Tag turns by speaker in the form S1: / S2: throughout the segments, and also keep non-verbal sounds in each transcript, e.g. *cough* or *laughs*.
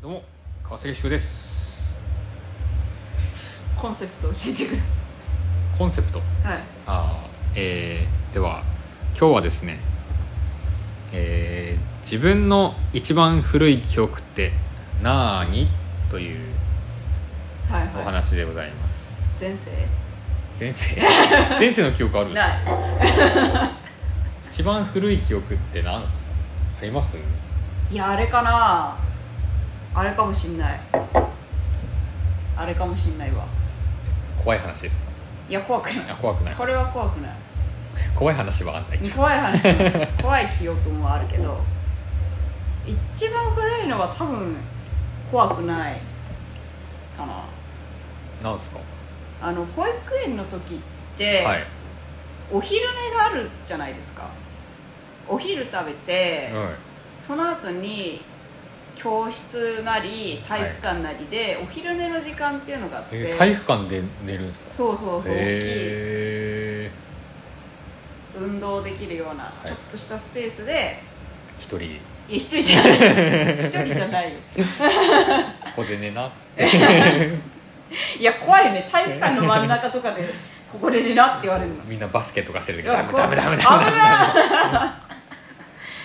S1: 正木修です
S2: コンセプトを教えてくださ
S1: コンセプト
S2: いはい
S1: あーえーでは今日はですね、えー自分の一番古い記憶ってなーにという
S2: はい
S1: お
S2: はい
S1: 話でございます、
S2: 前世
S1: 前
S2: *laughs*
S1: 世前世の記憶ある
S2: ない
S1: 一番古い記憶って何ですかあります
S2: いやあれかなあれかもしんないあれかもしんないわ
S1: 怖い話ですか
S2: いや怖くない
S1: あ怖くない
S2: これは怖くない
S1: 怖い話はあんない一応
S2: 怖
S1: *laughs*
S2: い話も怖い記憶もあるけど一番古いのは多分怖くないかな
S1: 何ですか、
S2: あの保育園の時って、
S1: はい、
S2: お昼寝があるじゃないですかお昼食べて、
S1: うん、
S2: その後に教室なり体育館なりで、お昼寝の時間っていうのがあって、
S1: えー体育館で寝るんですか
S2: そうそうそう、
S1: え
S2: 大きい運動できるような
S1: はい
S2: ちょっとしたスペースで、
S1: ー、一人
S2: いや一人じゃない一人じゃない
S1: *laughs*
S2: よ
S1: ここで寝なっつって
S2: いや怖いよね体育館の真ん中とかでここで寝なって言われるの
S1: みんなバスケとかしてる
S2: い
S1: けどダ
S2: や
S1: メ
S2: 怖
S1: ダ
S2: い
S1: メダメダメ
S2: 危な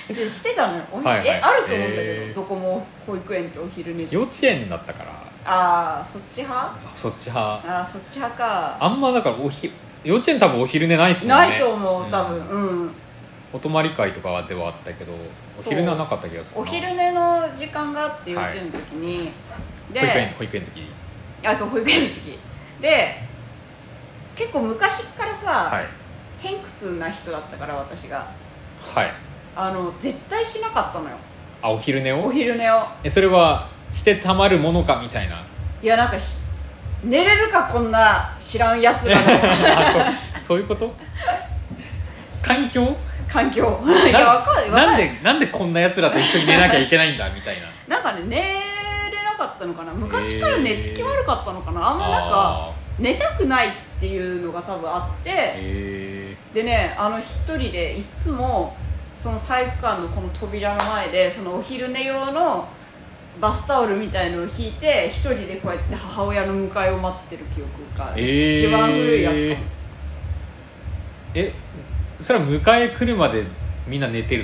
S2: いでしてたのよお昼
S1: はいはい
S2: えあると思うんだけど、
S1: へー
S2: どこも保育園ってお昼寝時
S1: 幼稚園だったから
S2: ああそっち派
S1: そっち派
S2: ああそっち派か
S1: あんまだからおひ幼稚園多分お昼寝ないっすもんね
S2: ないと思う多分
S1: ん
S2: うん
S1: お泊まり会とかではあったけどお昼寝はなかった気がする
S2: お
S1: な
S2: 昼寝の時間があって幼稚園の時に、
S1: 保育園保育園の時
S2: あそう保育園の時で結構昔っからさ、
S1: はい
S2: 偏屈な人だったから私が
S1: はい
S2: あの絶対しなかったのよ
S1: あお昼寝
S2: お
S1: を
S2: 昼寝を
S1: えそれはしてたまるものかみたいな
S2: いやなんかし寝れるかこんな知らんやつ
S1: *laughs*
S2: らの
S1: あ
S2: *laughs*
S1: そうそういうこと環境
S2: 環境
S1: *laughs*
S2: いやわかるわかる
S1: なんでなんでこんなやつらと一緒に寝なきゃいけないんだみたいな
S2: なんかね寝れなかったのかな昔から寝つき悪かったのかな、あんまなんか
S1: あ
S2: 寝たくないっていうのが多分あって、
S1: ーへ
S2: でねあの一人でいっつもその体育館のこの扉の前でそのお昼寝用のバスタオルみたいのを引いて一人でこうやって母親の迎えを待ってる記憶がある
S1: えー
S2: 一番古いやつかも
S1: ええそれは迎え来るまでみんな寝てる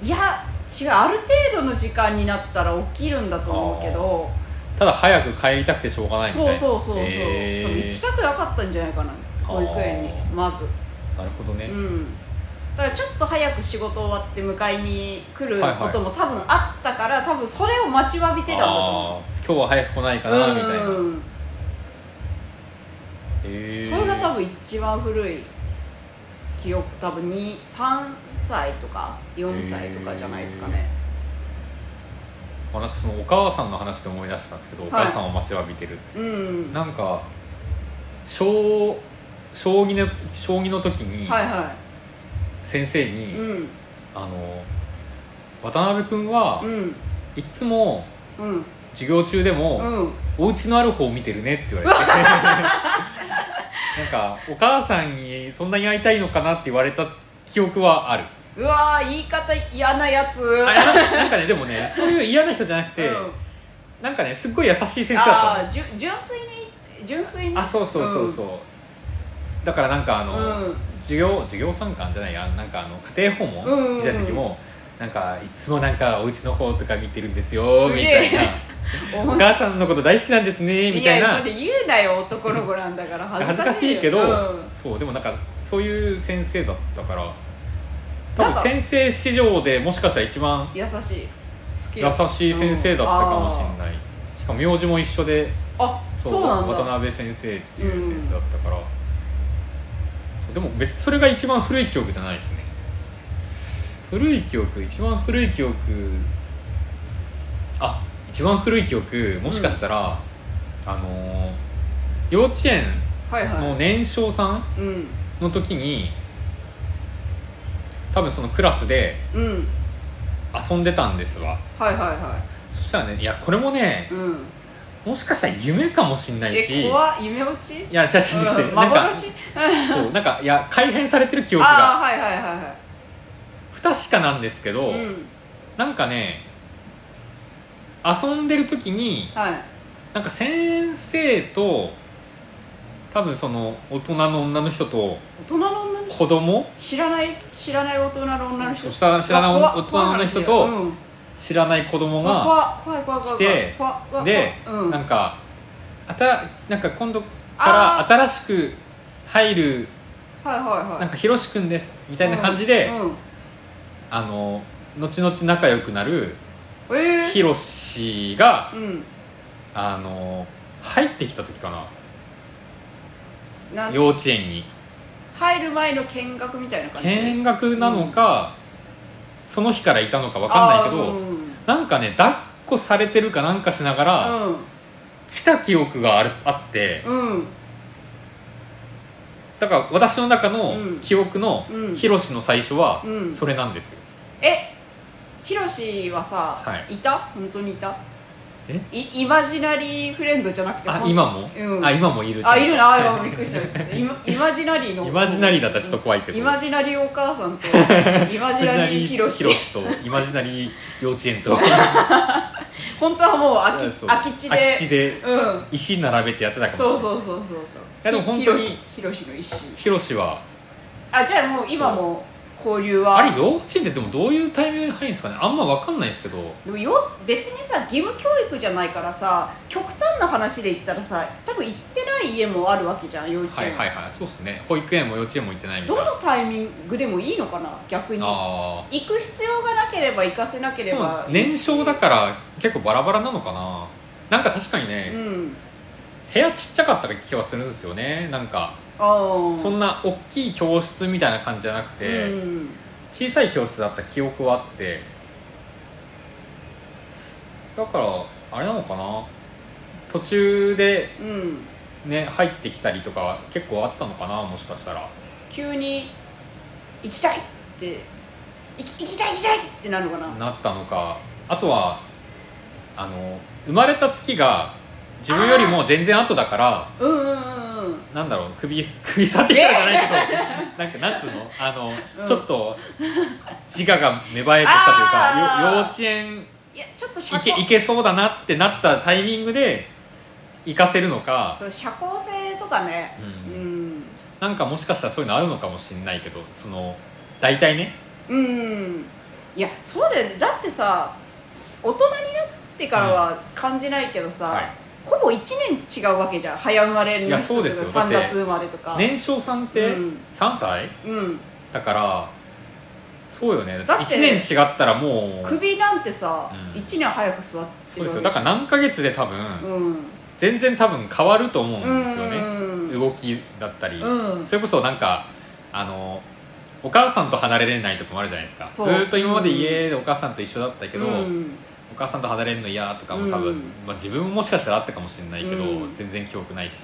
S1: の
S2: いや違うある程度の時間になったら起きるんだと思うけど
S1: ただ早く帰りたくてしょうがないみたい
S2: そう
S1: な
S2: そうそうそう、
S1: へ
S2: 多分行きたくなかったんじゃないかな保育園に
S1: あー
S2: まず
S1: なるほどね、
S2: うん、だからちょっと早く仕事終わって迎えに来る
S1: はいはい
S2: ことも多分あったから、多分それを待ちわびてたんだと思う
S1: あー今日は早く来ないかなみたいな、
S2: うん
S1: へー
S2: それが多分一番古い記憶多分に3歳とか4歳とかじゃないですかね、
S1: あなんかそのお母さんの話で思い出したんですけど、
S2: い
S1: お母さんを待ちわびてる
S2: うんは
S1: なんか将将棋の将棋の時
S2: い
S1: に
S2: は
S1: 先生
S2: い
S1: に、
S2: うん
S1: あの渡辺君は
S2: うん
S1: いつも
S2: うん
S1: 授業中でも、
S2: うん
S1: お家のある方を見てるねって言われて
S2: *laughs*
S1: なんかお母さんにそんなに会いたいのかなって言われた記憶はある
S2: うわー言い方嫌なやつ
S1: あいやなんかなんかねでも
S2: *laughs*
S1: ねそういう嫌な人じゃなくて、
S2: うん
S1: なんかねすっごい優しい先生だっ
S2: あーじゅ純粋に純粋に
S1: たあそうそうそうそう、だからなんかあの、
S2: うん
S1: 授業授業参観じゃないやなんかあの家庭訪
S2: うんうんうん
S1: 問みたいな時も、なんかいつもなんかお家の方とか見てるんですよ
S2: す
S1: み
S2: げ
S1: た
S2: え
S1: いな
S2: うん
S1: お母さんのこと大好きなんですねみたい
S2: や
S1: な
S2: それ言うなよ男の子なんだから恥
S1: 恥
S2: ず
S1: ず
S2: か
S1: か
S2: しい
S1: し
S2: よ
S1: いけど、
S2: うん
S1: そうでもなんかそういう先生だったから多
S2: なん
S1: 分
S2: か
S1: 先生史上でもしかしたら一番
S2: 優しい好き
S1: 優しい先生だったかもしれ
S2: い
S1: ない、しかも名字も一緒で
S2: あそうなんだ
S1: 渡辺先生っていう先生だったから、そうでも別にそれが一番古い記憶じゃないですね古い記憶一番古い記憶あ一番古い記憶もしかしたら、あのー幼稚園
S2: はいはい
S1: の年少さん、
S2: うん
S1: の時に多分そのクラスで
S2: うん
S1: 遊んでたんですわ
S2: はいはいは
S1: そしたらねいやこれもね
S2: いうん
S1: もしかしたら夢かもしんないし
S2: え怖っ夢落ち
S1: いやじゃあ信じて
S2: う
S1: *laughs*
S2: ん
S1: なんか *laughs*
S2: 幻
S1: そうなんかいや改変されてる記憶
S2: ああ
S1: が
S2: はいはいはいは
S1: 不確かなんですけど、
S2: いうん
S1: なんかね遊んでる時に
S2: はい
S1: なんか先生と多分その大人の女の人と
S2: 大人の女の人
S1: 子供
S2: 知らない知らない大人の女の人
S1: 知ら知らない
S2: まあ怖
S1: 大人の女の人と
S2: 怖い話だようん
S1: 知らない子供が
S2: あ怖い怖い怖い怖
S1: 来
S2: い
S1: て
S2: 怖い怖い怖い
S1: で
S2: うん
S1: なんかあたなんか今度か
S2: あ
S1: ら
S2: ー
S1: 新しく入る
S2: はいはいはい
S1: なん
S2: み
S1: かひろしくんですみたいな感じで、
S2: うん
S1: あの後々仲良くなる
S2: え
S1: ひ
S2: ー
S1: ろしが
S2: うん
S1: あの入ってきた時かな
S2: なん
S1: 幼稚園に
S2: 入る前の見学みたいな感じ
S1: 見学なのか、その日からいたのか分かんないけ
S2: あー
S1: ど、
S2: うん
S1: なんかね抱っこされてるかなんかしながら、来た記憶があるあって
S2: うんうん
S1: だから私の中の
S2: うん
S1: 記憶の
S2: うん
S1: ヒロシの最初は
S2: うん
S1: それなんですよ、
S2: えひろしはさ、、
S1: はい
S2: た本当にいた
S1: え
S2: いイマジナリーフレンドじゃなくて
S1: あ
S2: ほん
S1: 今も、
S2: うん
S1: あ今もいる
S2: あいるなあ
S1: ちゃん
S2: 今
S1: と
S2: びっくりしたびっくりしたイマイマジナリーの
S1: イマジナリーだったらちょっと怖いけど
S2: イマジナリーお母さ
S1: *laughs*
S2: んとイ
S1: イ
S2: マジ
S1: マジ
S2: ナ
S1: ナ
S2: リ
S1: リー
S2: ーひ
S1: ヒ
S2: ろ
S1: ロ
S2: し
S1: シとイマジナリー幼稚園と
S2: *laughs* 本当はもう空き
S1: そう
S2: 空き地で
S1: 空き地で
S2: うん
S1: 石並べてやってたかもしれな
S2: そ
S1: いう
S2: そうそうそうそう
S1: やでも本当に
S2: ひひろしひろしの一心
S1: ヒロシは
S2: あじゃあもう今も交流は
S1: あれ幼稚園ってでもどういうタイミングで入るんですかねあんま分かんないですけど
S2: でもよ別にさ義務教育じゃないからさ極端な話で言ったらさ多分行ってない家もあるわけじゃん幼稚
S1: はい
S2: 園、
S1: はいはいそうですね保育園も幼稚園も行ってないみたい
S2: ど
S1: な
S2: のタイミングでもいいのかな逆に行
S1: あ
S2: く必要がなければ行かせな
S1: あ
S2: け
S1: し
S2: れ
S1: かも
S2: ば
S1: 年少だから結構バラバラなのかななんか確かにね、
S2: うん
S1: 部屋ちっちゃかった気はするんですよねなんか、
S2: ああ
S1: そんな大きい教室みたいな感じじゃなくて、
S2: うん、
S1: 小さい教室だった記憶はあってだからあれなのかな途中で
S2: うん、
S1: ね入ってきたりとかは結構あったのかなもしかしたら
S2: 急に行きたいって行き行きたい行きたいってなるのかな
S1: なったのかあとはあの生まれた月が自分よりも全然後だから
S2: うんうんうんうん
S1: なんだろう首 *laughs* 首触ってきたじゃないけど、なんかなんつうのあの、
S2: うん
S1: ちょっと自我が芽生えてきたという
S2: あ
S1: か
S2: ー
S1: よ幼稚園
S2: いやちょっと
S1: 行
S2: 社交
S1: け行けそうだなってなったタイミングで行かせるのか、
S2: そう社交性とかね
S1: う
S2: うんん
S1: なんかもしかしたらそういうのあるのかもしれないけどその大体ね
S2: うんいやそうだよねだってさ大人になってからは感じないけどさ、
S1: はい
S2: ほぼ1年違うわけじゃん早生まれの
S1: いや
S2: 人
S1: そうですよ
S2: とか3
S1: だって
S2: 月生まれとか
S1: 年少さんって
S2: うん
S1: 3歳、
S2: うん
S1: だからそうよね
S2: だって
S1: 1年違ったらもう
S2: 首なんてさ、
S1: うん
S2: 1年早く座ってるわけ
S1: そうですよだから何ヶ月で多分、
S2: うん
S1: 全然多分変わると思
S2: う
S1: うん
S2: ん
S1: ですよね、動きだったり、
S2: うん
S1: それこそなんかあのお母さんと離れれないとかもあるじゃないですかず
S2: そう
S1: ーっと今まで家でお母さんと一緒だったけど、
S2: うん
S1: お母さんと離れるの嫌とかも多分、
S2: うん
S1: まあ、自分ももしかしたらあったかもしれないけど、
S2: うん
S1: 全然記憶ないし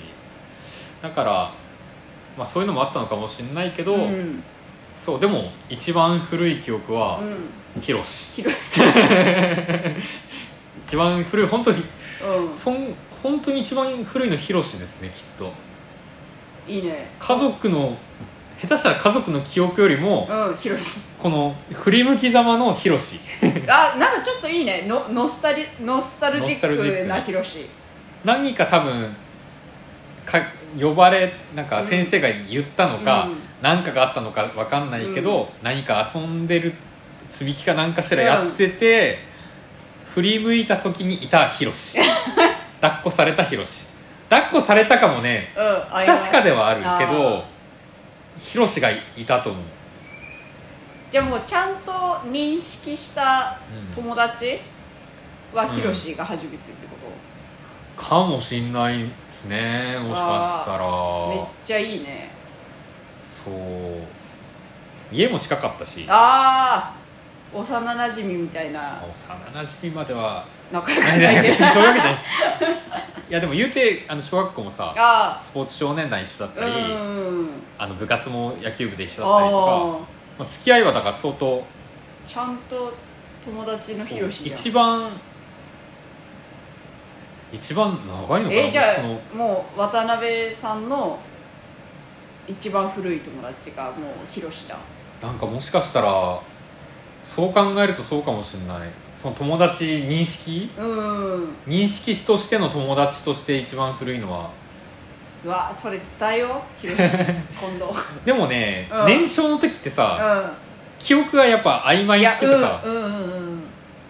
S1: だから、まあ、そういうのもあったのかもしれないけど、
S2: うん
S1: そうでも一番古い記憶は
S2: うん
S1: ヒロシ
S2: 広い
S1: *laughs* 一番古い本当に
S2: うん
S1: そん本当に一番古いのヒロシですねきっと
S2: いいね
S1: 家族の下手したら家族の記憶よりも、
S2: うん広し
S1: この振り向きざまのヒロシ
S2: あなんかちょっといいねのノスタリノスタルジ
S1: ノスタルジッ
S2: ック
S1: ク
S2: な
S1: な
S2: 広し
S1: 何か多分か呼ばれなんか先生が言ったのか、
S2: うん
S1: 何かがあったのか分かんないけど、何か遊んでる積み木か何かしらやってて、振り向いた時にいたヒロシ抱っこされたヒロシ抱っこされたかもね
S2: うんあ
S1: 不確かではあるけ
S2: あ
S1: どヒロシがいたと思う、
S2: じゃあもうちゃんと認識した
S1: うん
S2: 友達はヒロシが初めてってこと、
S1: かもしんないですねもしかしたら
S2: めっちゃいいね
S1: そう家も近かったし
S2: ああ幼なじみみたいな
S1: 幼なじみまでは
S2: 仲良く
S1: い
S2: な
S1: や
S2: い
S1: いや
S2: け
S1: 別
S2: ど
S1: にそういうわけじゃないいやでも言うてあの小学校もさ
S2: あ
S1: スポーツ少年団一緒だっ
S2: *laughs* あ
S1: た
S2: う
S1: り、
S2: ん
S1: あの部活も野球部で一緒だったりとか、
S2: あ
S1: まあ、付き合いはだから相当
S2: ーちゃんと友達のヒロシじゃん
S1: 一番一番長いのかな、
S2: えーじゃ
S1: その
S2: あもう渡辺さんの一番古い友達がもうヒロシだ
S1: なんかもしかしたらそう考えるとそうかもしれないその友達認識
S2: うん
S1: 認識としての友達として一番古いのは
S2: うわそれ伝えよ
S1: *laughs*
S2: う広島今度
S1: でもね、
S2: うん
S1: 年少の時ってさ、
S2: う
S1: 記憶がやっぱ曖
S2: ん
S1: 昧
S2: いや
S1: っていうかさ、
S2: うんうんうん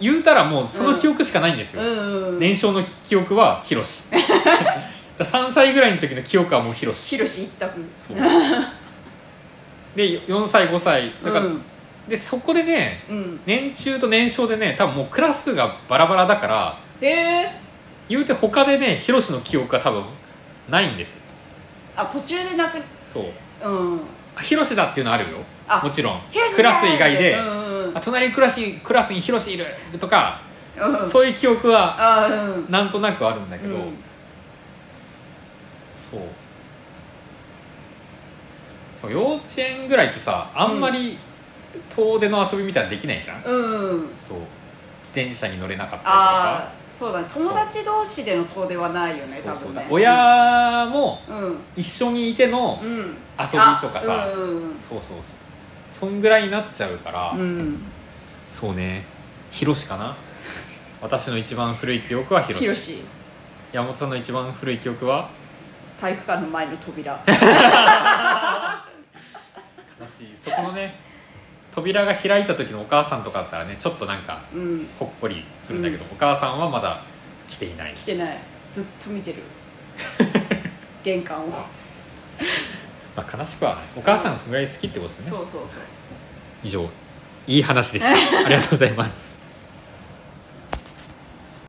S1: 言うたらもうその記憶しかないんです
S2: う
S1: よ、
S2: んうんうん
S1: 年少の記憶はヒロ
S2: *laughs*
S1: シだから3歳ぐらいの時の記憶はもうヒロシ
S2: 広島一択
S1: そうで4歳5歳だから、
S2: うん
S1: でそこでね
S2: うん
S1: 年中と年少でね多分もうクラスがバラバラだから
S2: へえ
S1: 言うて他でねヒロシの記憶が多分ないんですよ
S2: あ途中でなく
S1: そう
S2: うん
S1: あヒロシだっていうのあるよ
S2: あ
S1: もちろん
S2: 広
S1: ク
S2: 島
S1: ラス以外で、
S2: うんうん
S1: あ隣クラスにクラスにヒロシいるとか、
S2: うんうん
S1: そういう記憶は
S2: あうん
S1: なんとなくあるんだけ
S2: う
S1: ど、
S2: ん
S1: そうそう幼稚園ぐらいってさあんまり遠出の遊びみたいなのできないじゃん、
S2: うんうん
S1: そう自転車に乗れなかったりと
S2: あ
S1: か
S2: あそうだね友達同士での遠出はないよね
S1: さそ
S2: 多
S1: うそう
S2: 分
S1: だ
S2: ね
S1: 親も
S2: うん
S1: 一緒にいての
S2: うん遊
S1: 遊
S2: び
S1: びとかさ、
S2: うん
S1: そうそうそうそんぐらいになっちゃうから、
S2: うん
S1: そうねヒロシかな私の一番古い記憶はヒロシ
S2: 広し
S1: 山本さんの一番古い記憶は
S2: 体育館の前の
S1: *laughs*
S2: 扉
S1: 悲しいそこのね扉が開いた時のお母さんとかだったらねちょっとなんか
S2: うん
S1: ほっこりするんだけど、お母さんはまだ来ていない
S2: 来てないずっと
S1: *laughs*
S2: 見てる玄関を
S1: まあ、悲しくはないお母さんがそのぐらい好きってことですね
S2: そうそうそう
S1: 以上いい話でしたありがとうございます